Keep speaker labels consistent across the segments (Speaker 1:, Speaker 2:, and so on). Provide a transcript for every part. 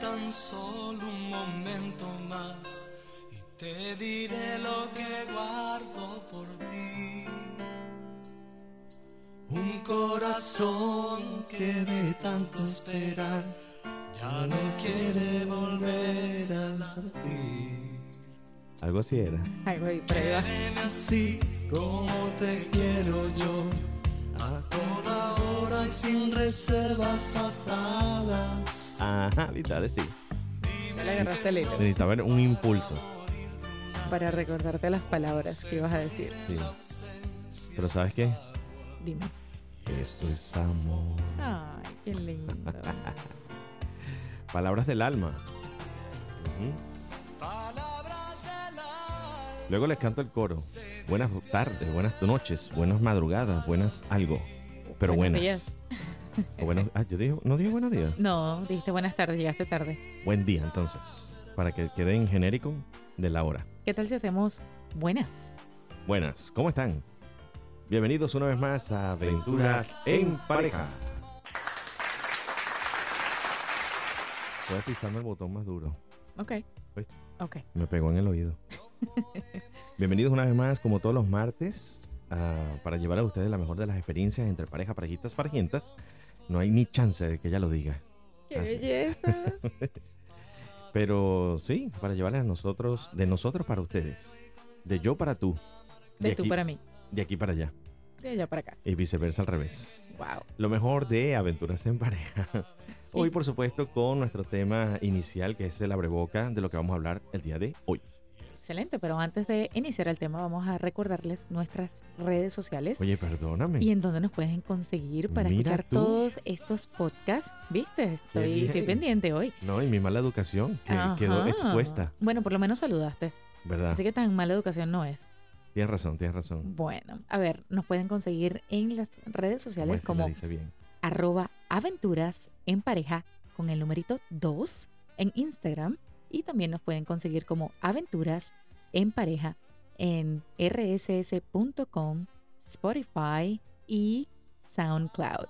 Speaker 1: tan solo un momento más y te diré lo que guardo por ti. Un corazón que de tanto esperar ya no quiere volver a latir.
Speaker 2: Algo así era.
Speaker 3: Ay, güey, por ahí va.
Speaker 1: Quiéreme así como te quiero yo, a toda hora y sin reservas atadas.
Speaker 2: Ajá, vitales, sí.
Speaker 3: Ya le agarraste el hilo.
Speaker 2: Necesitaba ver un impulso.
Speaker 3: Para recordarte las palabras que ibas a decir.
Speaker 2: Sí. Pero ¿sabes qué?
Speaker 3: Dime.
Speaker 2: Esto es amor.
Speaker 3: Ay, qué lindo.
Speaker 2: Palabras del alma. Ujú. Luego les canto el coro. Buenas tardes, buenas noches, buenas madrugadas, buenas algo. Pero buenas.
Speaker 3: Buenos días.
Speaker 2: O buenos- ah, yo dije, no dije buenos días.
Speaker 3: No, dijiste buenas tardes, llegaste tarde.
Speaker 2: Buen día, entonces. Para que quede en genérico de la hora.
Speaker 3: ¿Qué tal si hacemos buenas?
Speaker 2: Buenas, ¿cómo están? Bienvenidos una vez más a Aventuras en Pareja. Voy a pisarme el botón más duro.
Speaker 3: Ok.
Speaker 2: Uy.
Speaker 3: Ok.
Speaker 2: Me pegó en el oído. Bienvenidos una vez más, como todos los martes, a- para llevar a ustedes la mejor de las experiencias entre pareja, parejitas, parejientas. No hay ni chance de que ella lo diga.
Speaker 3: ¡Qué
Speaker 2: Así.
Speaker 3: belleza!
Speaker 2: Pero sí, para llevarles a nosotros, de nosotros para ustedes. De yo para tú.
Speaker 3: De
Speaker 2: de
Speaker 3: tú
Speaker 2: aquí-
Speaker 3: para mí.
Speaker 2: De aquí para allá.
Speaker 3: De allá para acá.
Speaker 2: Y viceversa al revés.
Speaker 3: Wow.
Speaker 2: Lo mejor de Aventuras en Pareja. Hoy, por supuesto, con nuestro tema inicial, que es el abreboca, de lo que vamos a hablar el día de hoy.
Speaker 3: Excelente, pero antes de iniciar el tema vamos a recordarles nuestras redes sociales
Speaker 2: Oye, perdóname.
Speaker 3: y en dónde nos pueden conseguir para
Speaker 2: Mira
Speaker 3: escuchar
Speaker 2: tú.
Speaker 3: todos estos podcasts. ¿Viste? Estoy,
Speaker 2: bien.
Speaker 3: estoy pendiente hoy.
Speaker 2: No, y mi mala educación, que quedó
Speaker 3: Ajá.
Speaker 2: expuesta, Ah.
Speaker 3: Bueno, por lo menos saludaste.
Speaker 2: ¿verdad?
Speaker 3: Así que tan mala educación no es.
Speaker 2: Tienes razón, tienes razón.
Speaker 3: Bueno, a ver, nos pueden conseguir en las redes
Speaker 2: Bueno,
Speaker 3: sociales
Speaker 2: se
Speaker 3: como
Speaker 2: lo dice bien.
Speaker 3: arroba aventuras en pareja con el numerito 2 en Instagram y también nos pueden conseguir como aventuras en pareja en rss.com, Spotify y SoundCloud.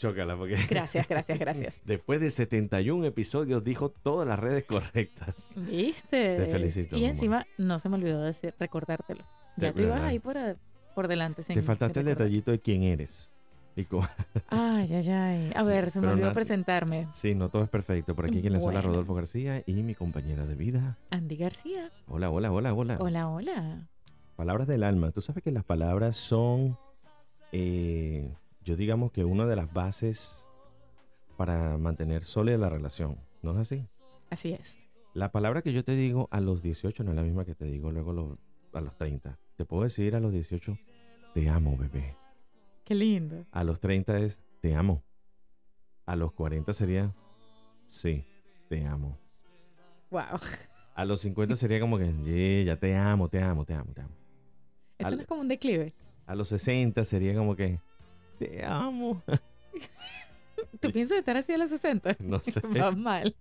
Speaker 2: Chócala, porque
Speaker 3: Gracias, gracias, gracias.
Speaker 2: después de 71 episodios dijo todas las redes correctas.
Speaker 3: ¿Viste?
Speaker 2: Te felicito,
Speaker 3: Y
Speaker 2: mamá.
Speaker 3: encima no se me olvidó decir, recordártelo. Ya
Speaker 2: De
Speaker 3: tú ibas
Speaker 2: verdad.
Speaker 3: ahí por, a- por delante. sin
Speaker 2: Te faltaste el
Speaker 3: recordar.
Speaker 2: detallito de quién eres. Y co-
Speaker 3: Ay, ay, ay. A ver, se me
Speaker 2: Pero
Speaker 3: olvidó
Speaker 2: nada.
Speaker 3: presentarme.
Speaker 2: sí, no todo es perfecto. Por aquí quien les habla
Speaker 3: Bueno.
Speaker 2: Rodolfo García y mi compañera de vida.
Speaker 3: Andy García.
Speaker 2: Hola, hola, hola, hola.
Speaker 3: Hola, hola.
Speaker 2: Palabras del alma. Tú sabes que las palabras son, eh, yo digamos que una de las bases para mantener sólida la relación. ¿No es así?
Speaker 3: Así es.
Speaker 2: La palabra que yo te digo a los 18 no es la misma que te digo luego a los- a los 30. Te puedo decir a los 18, te amo, bebé.
Speaker 3: Qué lindo.
Speaker 2: A los 30 es, te amo. A los 40 sería, sí, te amo.
Speaker 3: Wow.
Speaker 2: A los 50 sería como que, yeah, ya te amo, te amo, te amo, te amo.
Speaker 3: Eso
Speaker 2: Al-
Speaker 3: no es como un declive.
Speaker 2: A los 60 sería como que, te amo.
Speaker 3: ¿Tú
Speaker 2: Sí. Eh.
Speaker 3: piensas estar así a los 60?
Speaker 2: No sé.
Speaker 3: Va mal.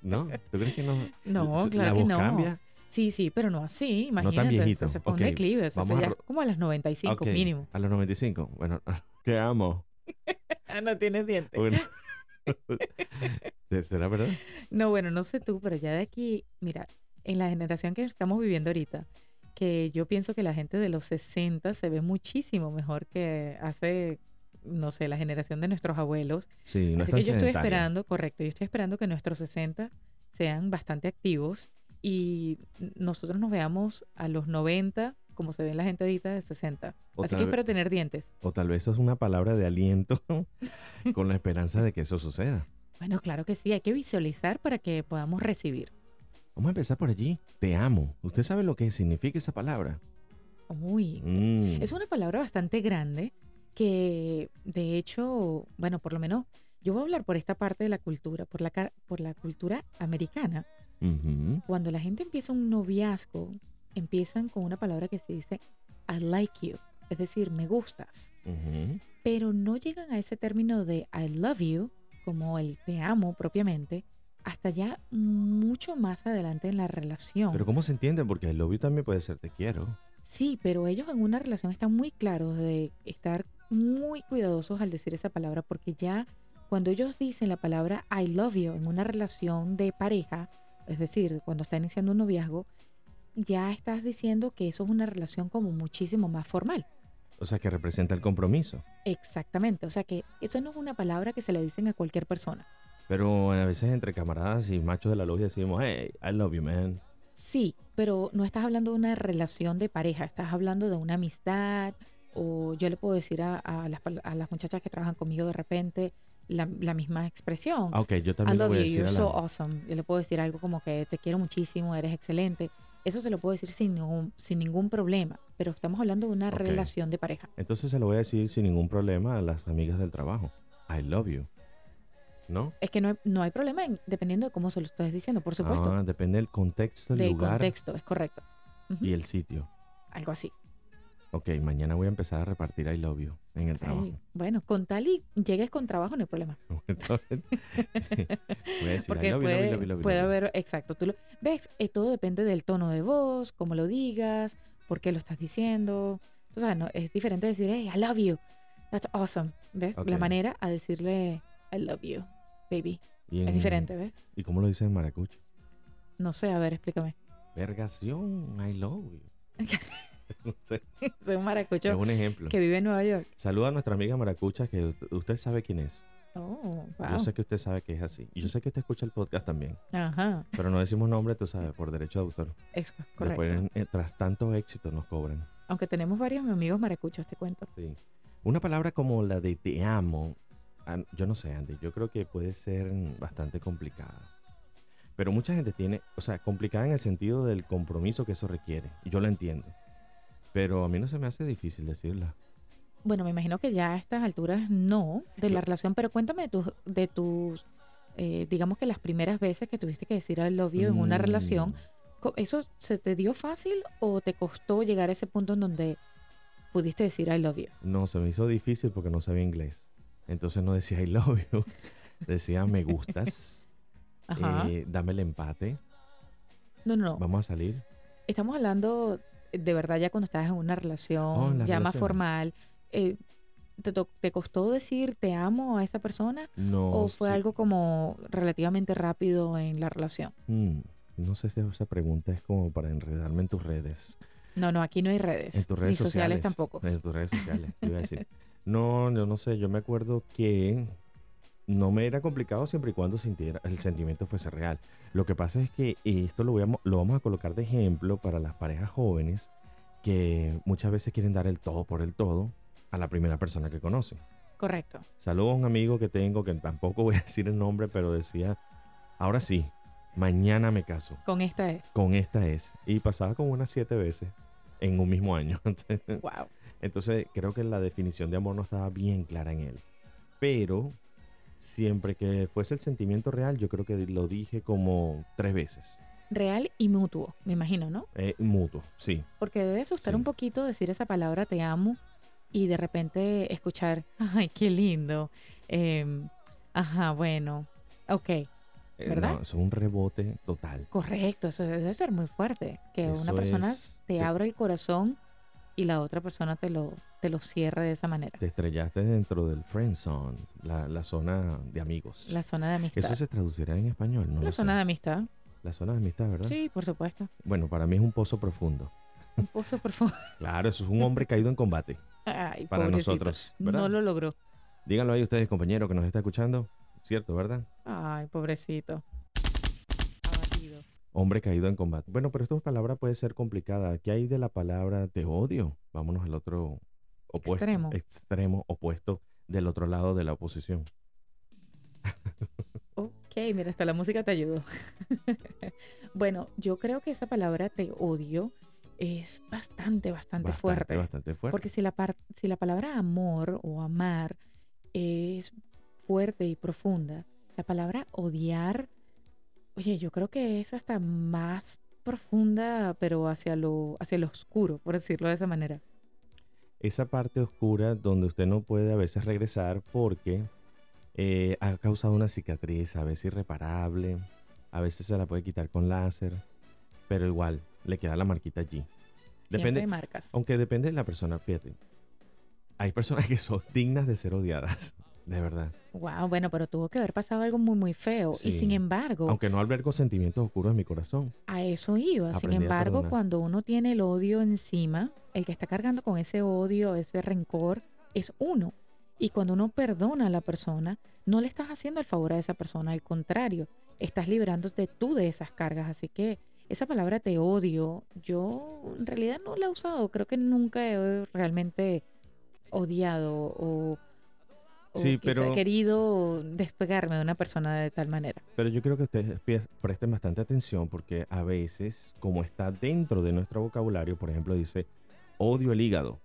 Speaker 2: ¿No? ¿Tú crees que no?
Speaker 3: No,
Speaker 2: ¿La
Speaker 3: claro que
Speaker 2: voz
Speaker 3: no.
Speaker 2: cambia?
Speaker 3: Sí, sí, pero no así.
Speaker 2: No tan
Speaker 3: Imagínate.
Speaker 2: viejito.
Speaker 3: Eso fue
Speaker 2: Ok,
Speaker 3: un declive. Eso
Speaker 2: vamos a
Speaker 3: ya
Speaker 2: ro-
Speaker 3: es como a los 95
Speaker 2: Ok,
Speaker 3: mínimo.
Speaker 2: A los 95. Bueno, te amo.
Speaker 3: Ah, no tienes dientes.
Speaker 2: Bueno. ¿Será verdad?
Speaker 3: No, bueno, no sé tú, pero ya de aquí, mira, en la generación que estamos viviendo ahorita, que yo pienso que la gente de los 60 se ve muchísimo mejor que hace, no sé, la generación de nuestros abuelos.
Speaker 2: Sí, no es
Speaker 3: Así
Speaker 2: tan
Speaker 3: que yo estoy
Speaker 2: sedentario.
Speaker 3: esperando, correcto, yo estoy esperando que nuestros 60 sean bastante activos y nosotros nos veamos a los 90 como se ve la gente ahorita de 60.
Speaker 2: O
Speaker 3: Así
Speaker 2: tal
Speaker 3: que
Speaker 2: ve-
Speaker 3: espero tener dientes.
Speaker 2: O tal vez eso es una palabra de aliento con la esperanza de que eso suceda.
Speaker 3: Bueno, claro que sí, hay que visualizar para que podamos recibir.
Speaker 2: Vamos a empezar por allí. Te amo. ¿Usted sabe lo que significa esa palabra?
Speaker 3: Uy,
Speaker 2: Mm.
Speaker 3: Es una palabra bastante grande que, de hecho, bueno, por lo menos yo voy a hablar por esta parte de la cultura, por la, ca- por la cultura americana.
Speaker 2: Ujú.
Speaker 3: Cuando la gente empieza un noviazgo, empiezan con una palabra que se dice I like you, es decir, me gustas,
Speaker 2: Ujú.
Speaker 3: pero no llegan a ese término de I love you, como el te amo propiamente, hasta ya mucho más adelante en la relación.
Speaker 2: Pero ¿cómo se entiende? Porque el love you también puede ser te quiero.
Speaker 3: Sí, pero ellos en una relación están muy claros de estar muy cuidadosos al decir esa palabra porque ya cuando ellos dicen la palabra I love you en una relación de pareja, es decir, cuando está iniciando un noviazgo, ya estás diciendo que eso es una relación como muchísimo más formal.
Speaker 2: O sea, que representa el compromiso.
Speaker 3: Exactamente, o sea que eso no es una palabra que se le dicen a cualquier persona.
Speaker 2: Pero a veces entre camaradas y machos de la luz decimos, hey, I love you, man.
Speaker 3: Sí, pero no estás hablando de una relación de pareja, estás hablando de una amistad, o yo le puedo decir a, a las, a las muchachas que trabajan conmigo de repente la, la misma expresión.
Speaker 2: Ah, ok, yo
Speaker 3: I
Speaker 2: también le
Speaker 3: love
Speaker 2: voy a
Speaker 3: you,
Speaker 2: decir
Speaker 3: you're
Speaker 2: a
Speaker 3: so
Speaker 2: la...
Speaker 3: awesome. Yo le puedo decir algo como que te quiero muchísimo, eres excelente. Eso se lo puedo decir sin ningún, sin ningún problema, pero estamos hablando de una
Speaker 2: Ok.
Speaker 3: relación de pareja.
Speaker 2: Entonces se lo voy a decir sin ningún problema a las amigas del trabajo. I love you. ¿No?
Speaker 3: Es que no hay, no hay problema en- dependiendo de cómo se lo estés diciendo, por supuesto.
Speaker 2: Ah, depende del contexto, el
Speaker 3: del
Speaker 2: lugar
Speaker 3: contexto, es correcto. Ujú,
Speaker 2: y el sitio.
Speaker 3: Algo así.
Speaker 2: Ok, mañana voy a empezar a repartir I love you en el
Speaker 3: Ay,
Speaker 2: trabajo.
Speaker 3: bueno, con tal y llegues con trabajo no hay problema.
Speaker 2: Entonces, voy a decir I
Speaker 3: Porque
Speaker 2: love you, love you,
Speaker 3: puede,
Speaker 2: love you, love you,
Speaker 3: puede
Speaker 2: love you.
Speaker 3: haber, exacto, tú lo ves, eh, todo depende del tono de voz, cómo lo digas, por qué lo estás diciendo. Tú sabes, no, es diferente decir, hey, I love you, that's awesome, ¿ves? La
Speaker 2: Ok.
Speaker 3: manera a decirle, I love you, baby,
Speaker 2: Y en-
Speaker 3: es diferente, ¿ves?
Speaker 2: ¿Y cómo lo dicen en maracucho?
Speaker 3: No sé, a ver, explícame.
Speaker 2: Vergación, I love you. No sé,
Speaker 3: Soy
Speaker 2: es
Speaker 3: un maracucho
Speaker 2: un ejemplo.
Speaker 3: que vive en Nueva York.
Speaker 2: Saluda a nuestra amiga maracucha que u- usted sabe quién es.
Speaker 3: Oh, wow. Mm.
Speaker 2: Yo sé que usted sabe que es así. Y yo sé que usted escucha el podcast también.
Speaker 3: Ajá,
Speaker 2: Pero no decimos nombre, tú sabes, por derecho de autor.
Speaker 3: es co- correcto.
Speaker 2: Después, en- eh, tras tanto éxito, nos cobran.
Speaker 3: Aunque tenemos varios amigos maracuchos, te cuento.
Speaker 2: Sí. Una palabra como la de te amo, an- yo no sé, Andy, yo creo que puede ser mm, bastante complicada. Pero mucha gente tiene, o sea, complicada en el sentido del compromiso que eso requiere. y Yo lo entiendo. Pero a mí no se me hace difícil decirla.
Speaker 3: Bueno, me imagino que ya a estas alturas no de
Speaker 2: Yo-
Speaker 3: la relación, pero cuéntame de tus, de tus eh, digamos que las primeras veces que tuviste que decir I love you en una
Speaker 2: Mm.
Speaker 3: relación, co- ¿eso se te dio fácil o te costó llegar a ese punto en donde pudiste decir I love you?
Speaker 2: No, se me hizo difícil porque no sabía inglés. Entonces no decía I love you. Decía me gustas.
Speaker 3: Ajá. Oh.
Speaker 2: eh, dame el empate.
Speaker 3: no, no, no.
Speaker 2: Vamos a salir.
Speaker 3: Estamos hablando de verdad ya cuando estabas en una relación
Speaker 2: en
Speaker 3: ya
Speaker 2: las
Speaker 3: más
Speaker 2: relaciones.
Speaker 3: formal. eh, ¿te, to- te costó decir te amo a esa persona
Speaker 2: No.
Speaker 3: o fue
Speaker 2: Oh, sí.
Speaker 3: algo como relativamente rápido en la relación?
Speaker 2: Mm, no sé si esa pregunta es como para enredarme en tus redes.
Speaker 3: No, no, aquí no hay redes.
Speaker 2: En tus redes Eh.
Speaker 3: ni sociales, tampoco.
Speaker 2: En tus redes sociales, te iba a decir. No, yo no sé, yo me acuerdo que no me era complicado siempre y cuando sintiera, el sentimiento fuese real. Lo que pasa es que y esto lo, voy a mo- lo vamos a colocar de ejemplo para las parejas jóvenes que muchas veces quieren dar el todo por el todo a la primera persona que conocen.
Speaker 3: Correcto.
Speaker 2: Saludo a un amigo que tengo que tampoco voy a decir el nombre, pero decía, ahora sí, mañana me caso
Speaker 3: Con esta es.
Speaker 2: con esta es. Y pasaba como unas siete veces en un mismo año.
Speaker 3: Wow.
Speaker 2: Entonces creo que la definición de amor no estaba bien clara en él. Pero siempre que fuese el sentimiento real, yo creo que lo dije como tres veces.
Speaker 3: Real y mutuo, me imagino, ¿no?
Speaker 2: Eh, mutuo, sí.
Speaker 3: Porque debe asustar
Speaker 2: Sí.
Speaker 3: un poquito decir esa palabra te amo y de repente escuchar, ay, qué lindo. em, ajá, bueno. Ok,
Speaker 2: Eh,
Speaker 3: ¿Verdad?
Speaker 2: no, es un rebote total.
Speaker 3: correcto. Eso debe ser muy fuerte. Que una
Speaker 2: Eso
Speaker 3: persona
Speaker 2: es-
Speaker 3: te
Speaker 2: te-
Speaker 3: abra el corazón y la otra persona te lo, te lo cierre de esa manera.
Speaker 2: Te estrellaste dentro del friend zone, la, la zona de amigos.
Speaker 3: La zona de amistad.
Speaker 2: Eso se traducirá en español, ¿no?
Speaker 3: la
Speaker 2: lo
Speaker 3: zona de
Speaker 2: sé.
Speaker 3: amistad.
Speaker 2: la zona de amistad, ¿verdad?
Speaker 3: Sí, por supuesto.
Speaker 2: Bueno, para mí es un pozo profundo.
Speaker 3: Un pozo profundo.
Speaker 2: Claro, eso es un hombre caído en combate
Speaker 3: Ay,
Speaker 2: para
Speaker 3: pobrecito.
Speaker 2: nosotros. ¿verdad?
Speaker 3: No lo logró.
Speaker 2: Díganlo ahí ustedes, compañero, que nos está escuchando. Cierto, ¿verdad?
Speaker 3: Ay, pobrecito.
Speaker 2: Hombre caído en combate. Bueno, pero esta palabra puede ser complicada. ¿Qué hay de la palabra te odio? Vámonos al otro opuesto.
Speaker 3: Extremo.
Speaker 2: Extremo opuesto del otro lado de la oposición.
Speaker 3: Ok, mira, hasta la música te ayudó. bueno, yo creo que esa palabra te odio es bastante, bastante, fuerte.
Speaker 2: Bastante fuerte.
Speaker 3: Porque si la, par- si la palabra amor o amar es fuerte y profunda, la palabra odiar, oye, yo creo que es hasta más profunda, pero hacia lo, hacia lo oscuro, por decirlo de esa manera.
Speaker 2: Esa parte oscura donde usted no puede a veces regresar porque eh, ha causado una cicatriz, a veces irreparable. A veces se la puede quitar con láser. Pero igual, le queda la marquita allí.
Speaker 3: Siempre
Speaker 2: Depende,
Speaker 3: hay marcas.
Speaker 2: Aunque depende de la persona, fíjate. hay personas que son dignas de ser odiadas, de verdad.
Speaker 3: Wow, bueno, pero tuvo que haber pasado algo muy, muy feo. Y
Speaker 2: Sí.
Speaker 3: sin embargo,
Speaker 2: Aunque no albergo sentimientos oscuros en mi corazón.
Speaker 3: a eso iba. Sin
Speaker 2: Aprendí a
Speaker 3: embargo,
Speaker 2: perdonar.
Speaker 3: cuando uno tiene el odio encima, el que está cargando con ese odio, ese rencor, es uno. Y cuando uno perdona a la persona, no le estás haciendo el favor a esa persona, al contrario, estás librándote tú de esas cargas. Así que esa palabra te odio, yo en realidad no la he usado. Creo que nunca he realmente odiado o, o
Speaker 2: Sí,
Speaker 3: quizá
Speaker 2: pero-
Speaker 3: querido despegarme de una persona de tal manera.
Speaker 2: Pero yo creo que ustedes pie- presten bastante atención porque a veces, como está dentro de nuestro vocabulario, por ejemplo, dice odio el hígado.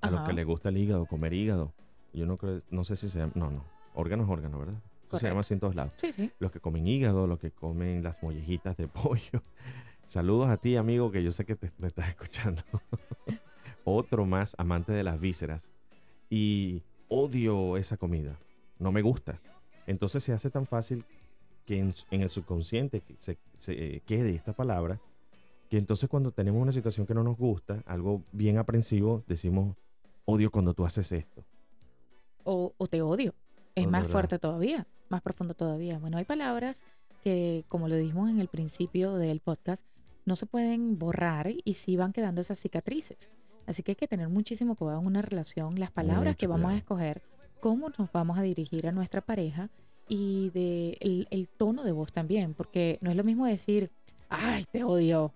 Speaker 2: A los
Speaker 3: Ajá.
Speaker 2: que les gusta el hígado, comer hígado. Yo no creo, no sé si se llama, no, no, órgano es órgano, ¿verdad? Eso se
Speaker 3: Correcto.
Speaker 2: llama así en todos lados.
Speaker 3: Sí, sí.
Speaker 2: Los que comen hígado, los que comen las mollejitas de pollo. Saludos a ti, amigo, que yo sé que te, me estás escuchando. Otro más amante de las vísceras. Y odio esa comida. No me gusta. Entonces se hace tan fácil que en, en el subconsciente que se, se, eh, quede esta palabra. Que entonces cuando tenemos una situación que no nos gusta, algo bien aprensivo, decimos odio cuando tú haces esto.
Speaker 3: o, o te odio. Es
Speaker 2: Oh, de
Speaker 3: más
Speaker 2: verdad.
Speaker 3: fuerte todavía, más profundo todavía. Bueno, hay palabras que, como lo dijimos en el principio del podcast, no se pueden borrar y sí van quedando esas cicatrices. Así que hay que tener muchísimo cuidado en una relación, las palabras
Speaker 2: Mucho
Speaker 3: que vamos a
Speaker 2: cuidado.
Speaker 3: escoger, cómo nos vamos a dirigir a nuestra pareja y de el, el tono de voz también, porque no es lo mismo decir, ay, te odio,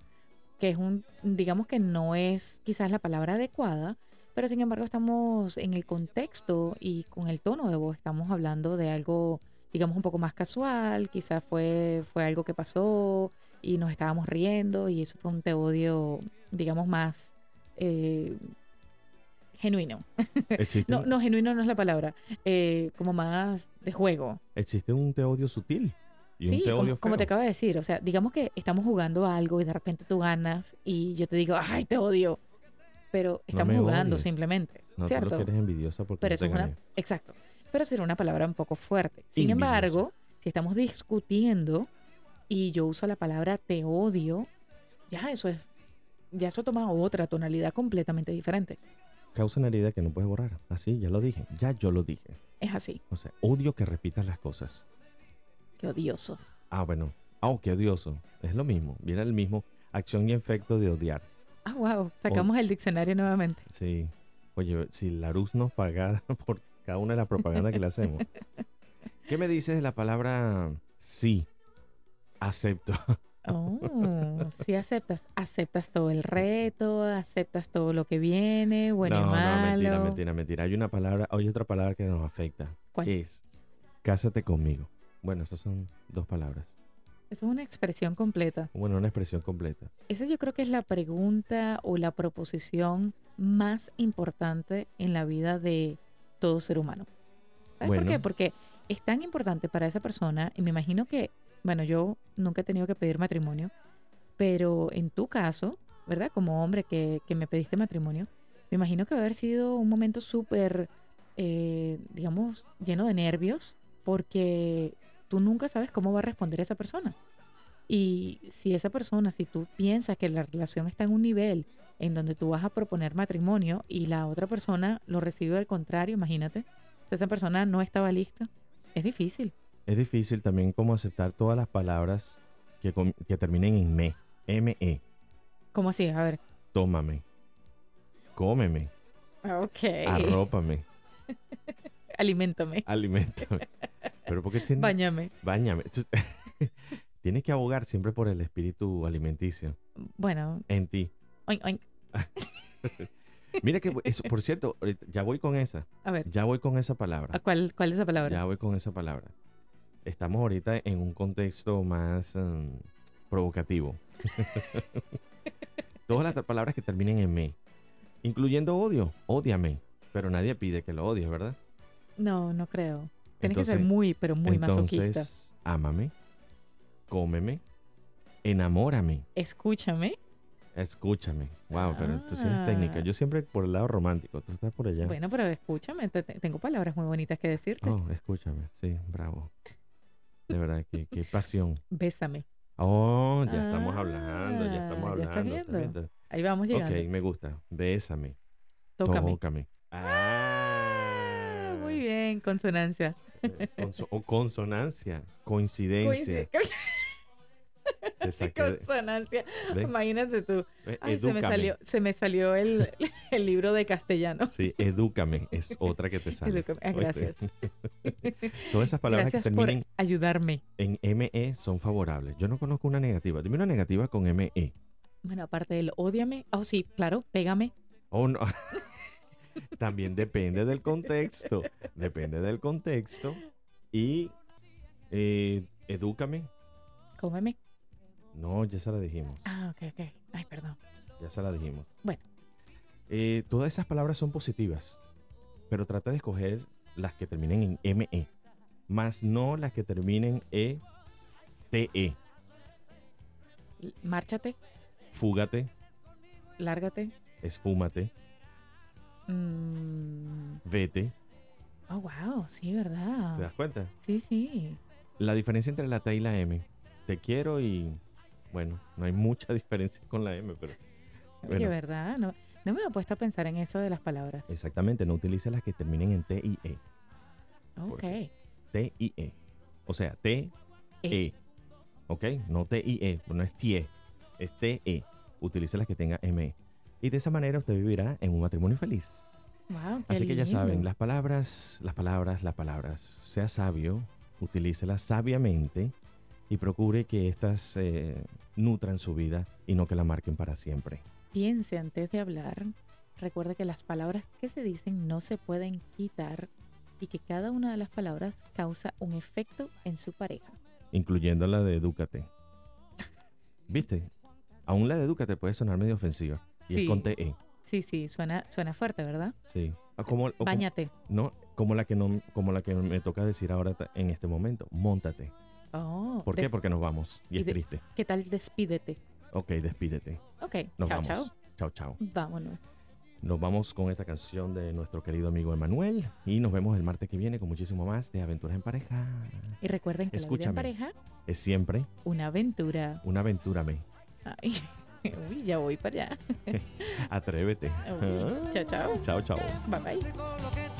Speaker 3: que es un, digamos que no es quizás la palabra adecuada, pero sin embargo estamos en el contexto y con el tono de voz, estamos hablando de algo, digamos, un poco más casual, quizás fue, fue algo que pasó y nos estábamos riendo y eso fue un te odio, digamos, más eh, genuino.
Speaker 2: Existe,
Speaker 3: No,
Speaker 2: un-
Speaker 3: no, genuino no es la palabra, eh, como más de juego.
Speaker 2: existe un te odio sutil. Y un
Speaker 3: Sí,
Speaker 2: te
Speaker 3: como,
Speaker 2: odio
Speaker 3: como te
Speaker 2: feo.
Speaker 3: acabo de decir, o sea, digamos que estamos jugando a algo y de repente tú ganas y yo te digo, ay, te odio, pero estamos
Speaker 2: me
Speaker 3: jugando
Speaker 2: odies.
Speaker 3: simplemente,
Speaker 2: No, tú
Speaker 3: ¿cierto?
Speaker 2: lo que eres envidiosa porque no
Speaker 3: Pero
Speaker 2: te
Speaker 3: eso es una,
Speaker 2: gané.
Speaker 3: exacto, pero sería una palabra un poco fuerte. Sin
Speaker 2: Envidiosa.
Speaker 3: embargo, si estamos discutiendo y yo uso la palabra te odio, ya eso es, ya eso toma otra tonalidad completamente diferente.
Speaker 2: Causa una herida que no puedes borrar. Así, ya lo dije. Ya yo lo dije.
Speaker 3: Es así,
Speaker 2: O sea, odio que repitas las cosas.
Speaker 3: qué odioso.
Speaker 2: Ah, bueno. Ah, oh, qué odioso. Es lo mismo. Viene el mismo. Acción y efecto de odiar.
Speaker 3: Ah, wow, sacamos el diccionario nuevamente.
Speaker 2: Sí. Oye, si Larus nos pagara por cada una de las propagandas que le hacemos. ¿Qué me dices de la palabra sí? Acepto.
Speaker 3: Oh, sí aceptas, aceptas todo el reto, aceptas todo lo que viene, bueno y
Speaker 2: no,
Speaker 3: malo.
Speaker 2: no, mentira, mentira, mentira. Hay una palabra, hay otra palabra que nos afecta.
Speaker 3: ¿Cuál?
Speaker 2: Es cásate conmigo. Bueno, esas son dos palabras.
Speaker 3: Eso es una expresión completa.
Speaker 2: Bueno, una expresión completa.
Speaker 3: Esa yo creo que es la pregunta o la proposición más importante en la vida de todo ser humano. ¿Sabes por qué?
Speaker 2: Bueno.
Speaker 3: Porque es tan importante para esa persona y me imagino que, bueno, yo nunca he tenido que pedir matrimonio, pero en tu caso, ¿verdad? Como hombre que, que me pediste matrimonio, me imagino que va a haber sido un momento súper, eh, digamos, lleno de nervios porque tú nunca sabes cómo va a responder esa persona. Y si esa persona, si tú piensas que la relación está en un nivel en donde tú vas a proponer matrimonio y la otra persona lo recibe al contrario, imagínate, si esa persona no estaba lista, es difícil.
Speaker 2: Es difícil también como aceptar todas las palabras que, com- que terminen en me. M-E.
Speaker 3: ¿Cómo así? A ver.
Speaker 2: Tómame. Cómeme.
Speaker 3: Ok.
Speaker 2: Arrópame.
Speaker 3: Aliméntame.
Speaker 2: Alimentame. Pero porque tienes...
Speaker 3: Báñame.
Speaker 2: Báñame. Tú- tienes que abogar siempre por el espíritu alimenticio
Speaker 3: Bueno,
Speaker 2: en ti.
Speaker 3: oink, oink.
Speaker 2: Mira que... Eso, por cierto, ahorita- ya voy con esa.
Speaker 3: a ver,
Speaker 2: Ya voy con esa palabra.
Speaker 3: ¿a ¿cuál, cuál es esa palabra?
Speaker 2: Ya voy con esa palabra. Estamos ahorita en un contexto más mm, provocativo. Todas las tra- palabras que terminen en me, incluyendo odio, ódiame. Pero nadie pide que lo odies, ¿verdad?
Speaker 3: No, no creo. Tienes que ser
Speaker 2: Entonces-
Speaker 3: muy, pero muy masoquista.
Speaker 2: Entonces, ámame, cómeme, enamórame,
Speaker 3: Escúchame.
Speaker 2: escúchame. Wow, pero tú sí eres
Speaker 3: Ah.
Speaker 2: técnica. Yo siempre por el lado romántico, tú estás por allá.
Speaker 3: Bueno, pero escúchame. te- te- tengo palabras muy bonitas que decirte.
Speaker 2: Oh, escúchame, sí, bravo. De verdad, qué, qué pasión.
Speaker 3: Bésame.
Speaker 2: Oh, ya estamos hablando, ya
Speaker 3: Ah,
Speaker 2: estamos
Speaker 3: ya
Speaker 2: hablando.
Speaker 3: estás
Speaker 2: ¿estás
Speaker 3: viendo?
Speaker 2: viendo?
Speaker 3: Ahí vamos llegando.
Speaker 2: Ok, me gusta. Bésame,
Speaker 3: Tócame. Ah,
Speaker 2: tócame. Ah,
Speaker 3: en consonancia.
Speaker 2: Eh, conso- o consonancia, coincidencia. Te saqué de-
Speaker 3: consonancia.
Speaker 2: ¿ves?
Speaker 3: Imagínate tú.
Speaker 2: Eh,
Speaker 3: Ay, se me
Speaker 2: edúcame.
Speaker 3: salió, se me salió el, el libro de castellano.
Speaker 2: Sí, edúcame es otra que te sale.
Speaker 3: Edúcame. Ah,
Speaker 2: ¿Oíste?
Speaker 3: gracias.
Speaker 2: Todas esas palabras
Speaker 3: Gracias
Speaker 2: que
Speaker 3: por
Speaker 2: terminen
Speaker 3: ayudarme.
Speaker 2: en ME son favorables. Yo no conozco una negativa. Dime una negativa con E. ME.
Speaker 3: Bueno, aparte del odiame. Oh, sí, claro, pégame.
Speaker 2: Oh, no. También depende del contexto. Depende del contexto. Y eh, edúcame.
Speaker 3: Cómeme.
Speaker 2: No, ya se la dijimos.
Speaker 3: Ah, ok, ok. Ay, perdón.
Speaker 2: Ya se la dijimos.
Speaker 3: Bueno.
Speaker 2: Eh, todas esas palabras son positivas. Pero trata de escoger las que terminen en ME. Más no las que terminen E, TE.
Speaker 3: L- Márchate,
Speaker 2: Fúgate,
Speaker 3: lárgate.
Speaker 2: esfúmate,
Speaker 3: Mm,
Speaker 2: vete.
Speaker 3: Oh, wow, sí,
Speaker 2: ¿Te
Speaker 3: ¿verdad?
Speaker 2: das cuenta?
Speaker 3: Sí, sí.
Speaker 2: La diferencia entre la T y la M. Te quiero y. Bueno, no hay mucha diferencia con la M, pero.
Speaker 3: Oye,
Speaker 2: Bueno.
Speaker 3: ¿verdad? No, no me he puesto a pensar en eso de las palabras.
Speaker 2: Exactamente, no utilices las que terminen en T y E.
Speaker 3: ok.
Speaker 2: porque- T y E. O sea, T,
Speaker 3: E.
Speaker 2: E. ¿Ok? No T y E, no es TIE, es T, E. Utilice las que tenga M. E. Y de esa manera usted vivirá en un matrimonio feliz.
Speaker 3: Wow, qué
Speaker 2: Así que ya saben,
Speaker 3: lindo.
Speaker 2: las palabras, las palabras, las palabras. Sea sabio, utilícelas sabiamente y procure que éstas eh, nutran su vida y no que la marquen para siempre.
Speaker 3: Piense antes de hablar. Recuerde que las palabras que se dicen no se pueden quitar y que cada una de las palabras causa un efecto en su pareja.
Speaker 2: Incluyendo la de edúcate. ¿Viste? Aún la de edúcate puede sonar medio ofensiva. Y
Speaker 3: Sí.
Speaker 2: es con TE.
Speaker 3: Sí, sí, suena, suena fuerte, ¿verdad?
Speaker 2: Sí. Ah, Como, o como-
Speaker 3: Báñate.
Speaker 2: no, como la que no, como la que me toca decir ahora ta- en este momento. Móntate.
Speaker 3: Oh,
Speaker 2: ¿Por
Speaker 3: des-
Speaker 2: qué? Porque nos vamos. Y
Speaker 3: y
Speaker 2: es
Speaker 3: de-
Speaker 2: triste.
Speaker 3: ¿Qué tal despídete?
Speaker 2: Ok, despídete.
Speaker 3: Ok,
Speaker 2: Nos
Speaker 3: chao,
Speaker 2: vamos.
Speaker 3: chao.
Speaker 2: Chao, chao.
Speaker 3: Vámonos.
Speaker 2: Nos vamos con esta canción de nuestro querido amigo Emanuel y nos vemos el martes que viene con muchísimo más de Aventuras en Pareja.
Speaker 3: Y recuerden que
Speaker 2: Escúchame.
Speaker 3: la vida en pareja,
Speaker 2: Es siempre
Speaker 3: una aventura.
Speaker 2: una aventura, me.
Speaker 3: Ay, uy, ya voy para allá.
Speaker 2: Atrévete. Ah.
Speaker 3: Uy, chao, chao.
Speaker 2: Chao, chao.
Speaker 3: Bye, bye.
Speaker 1: Con lo que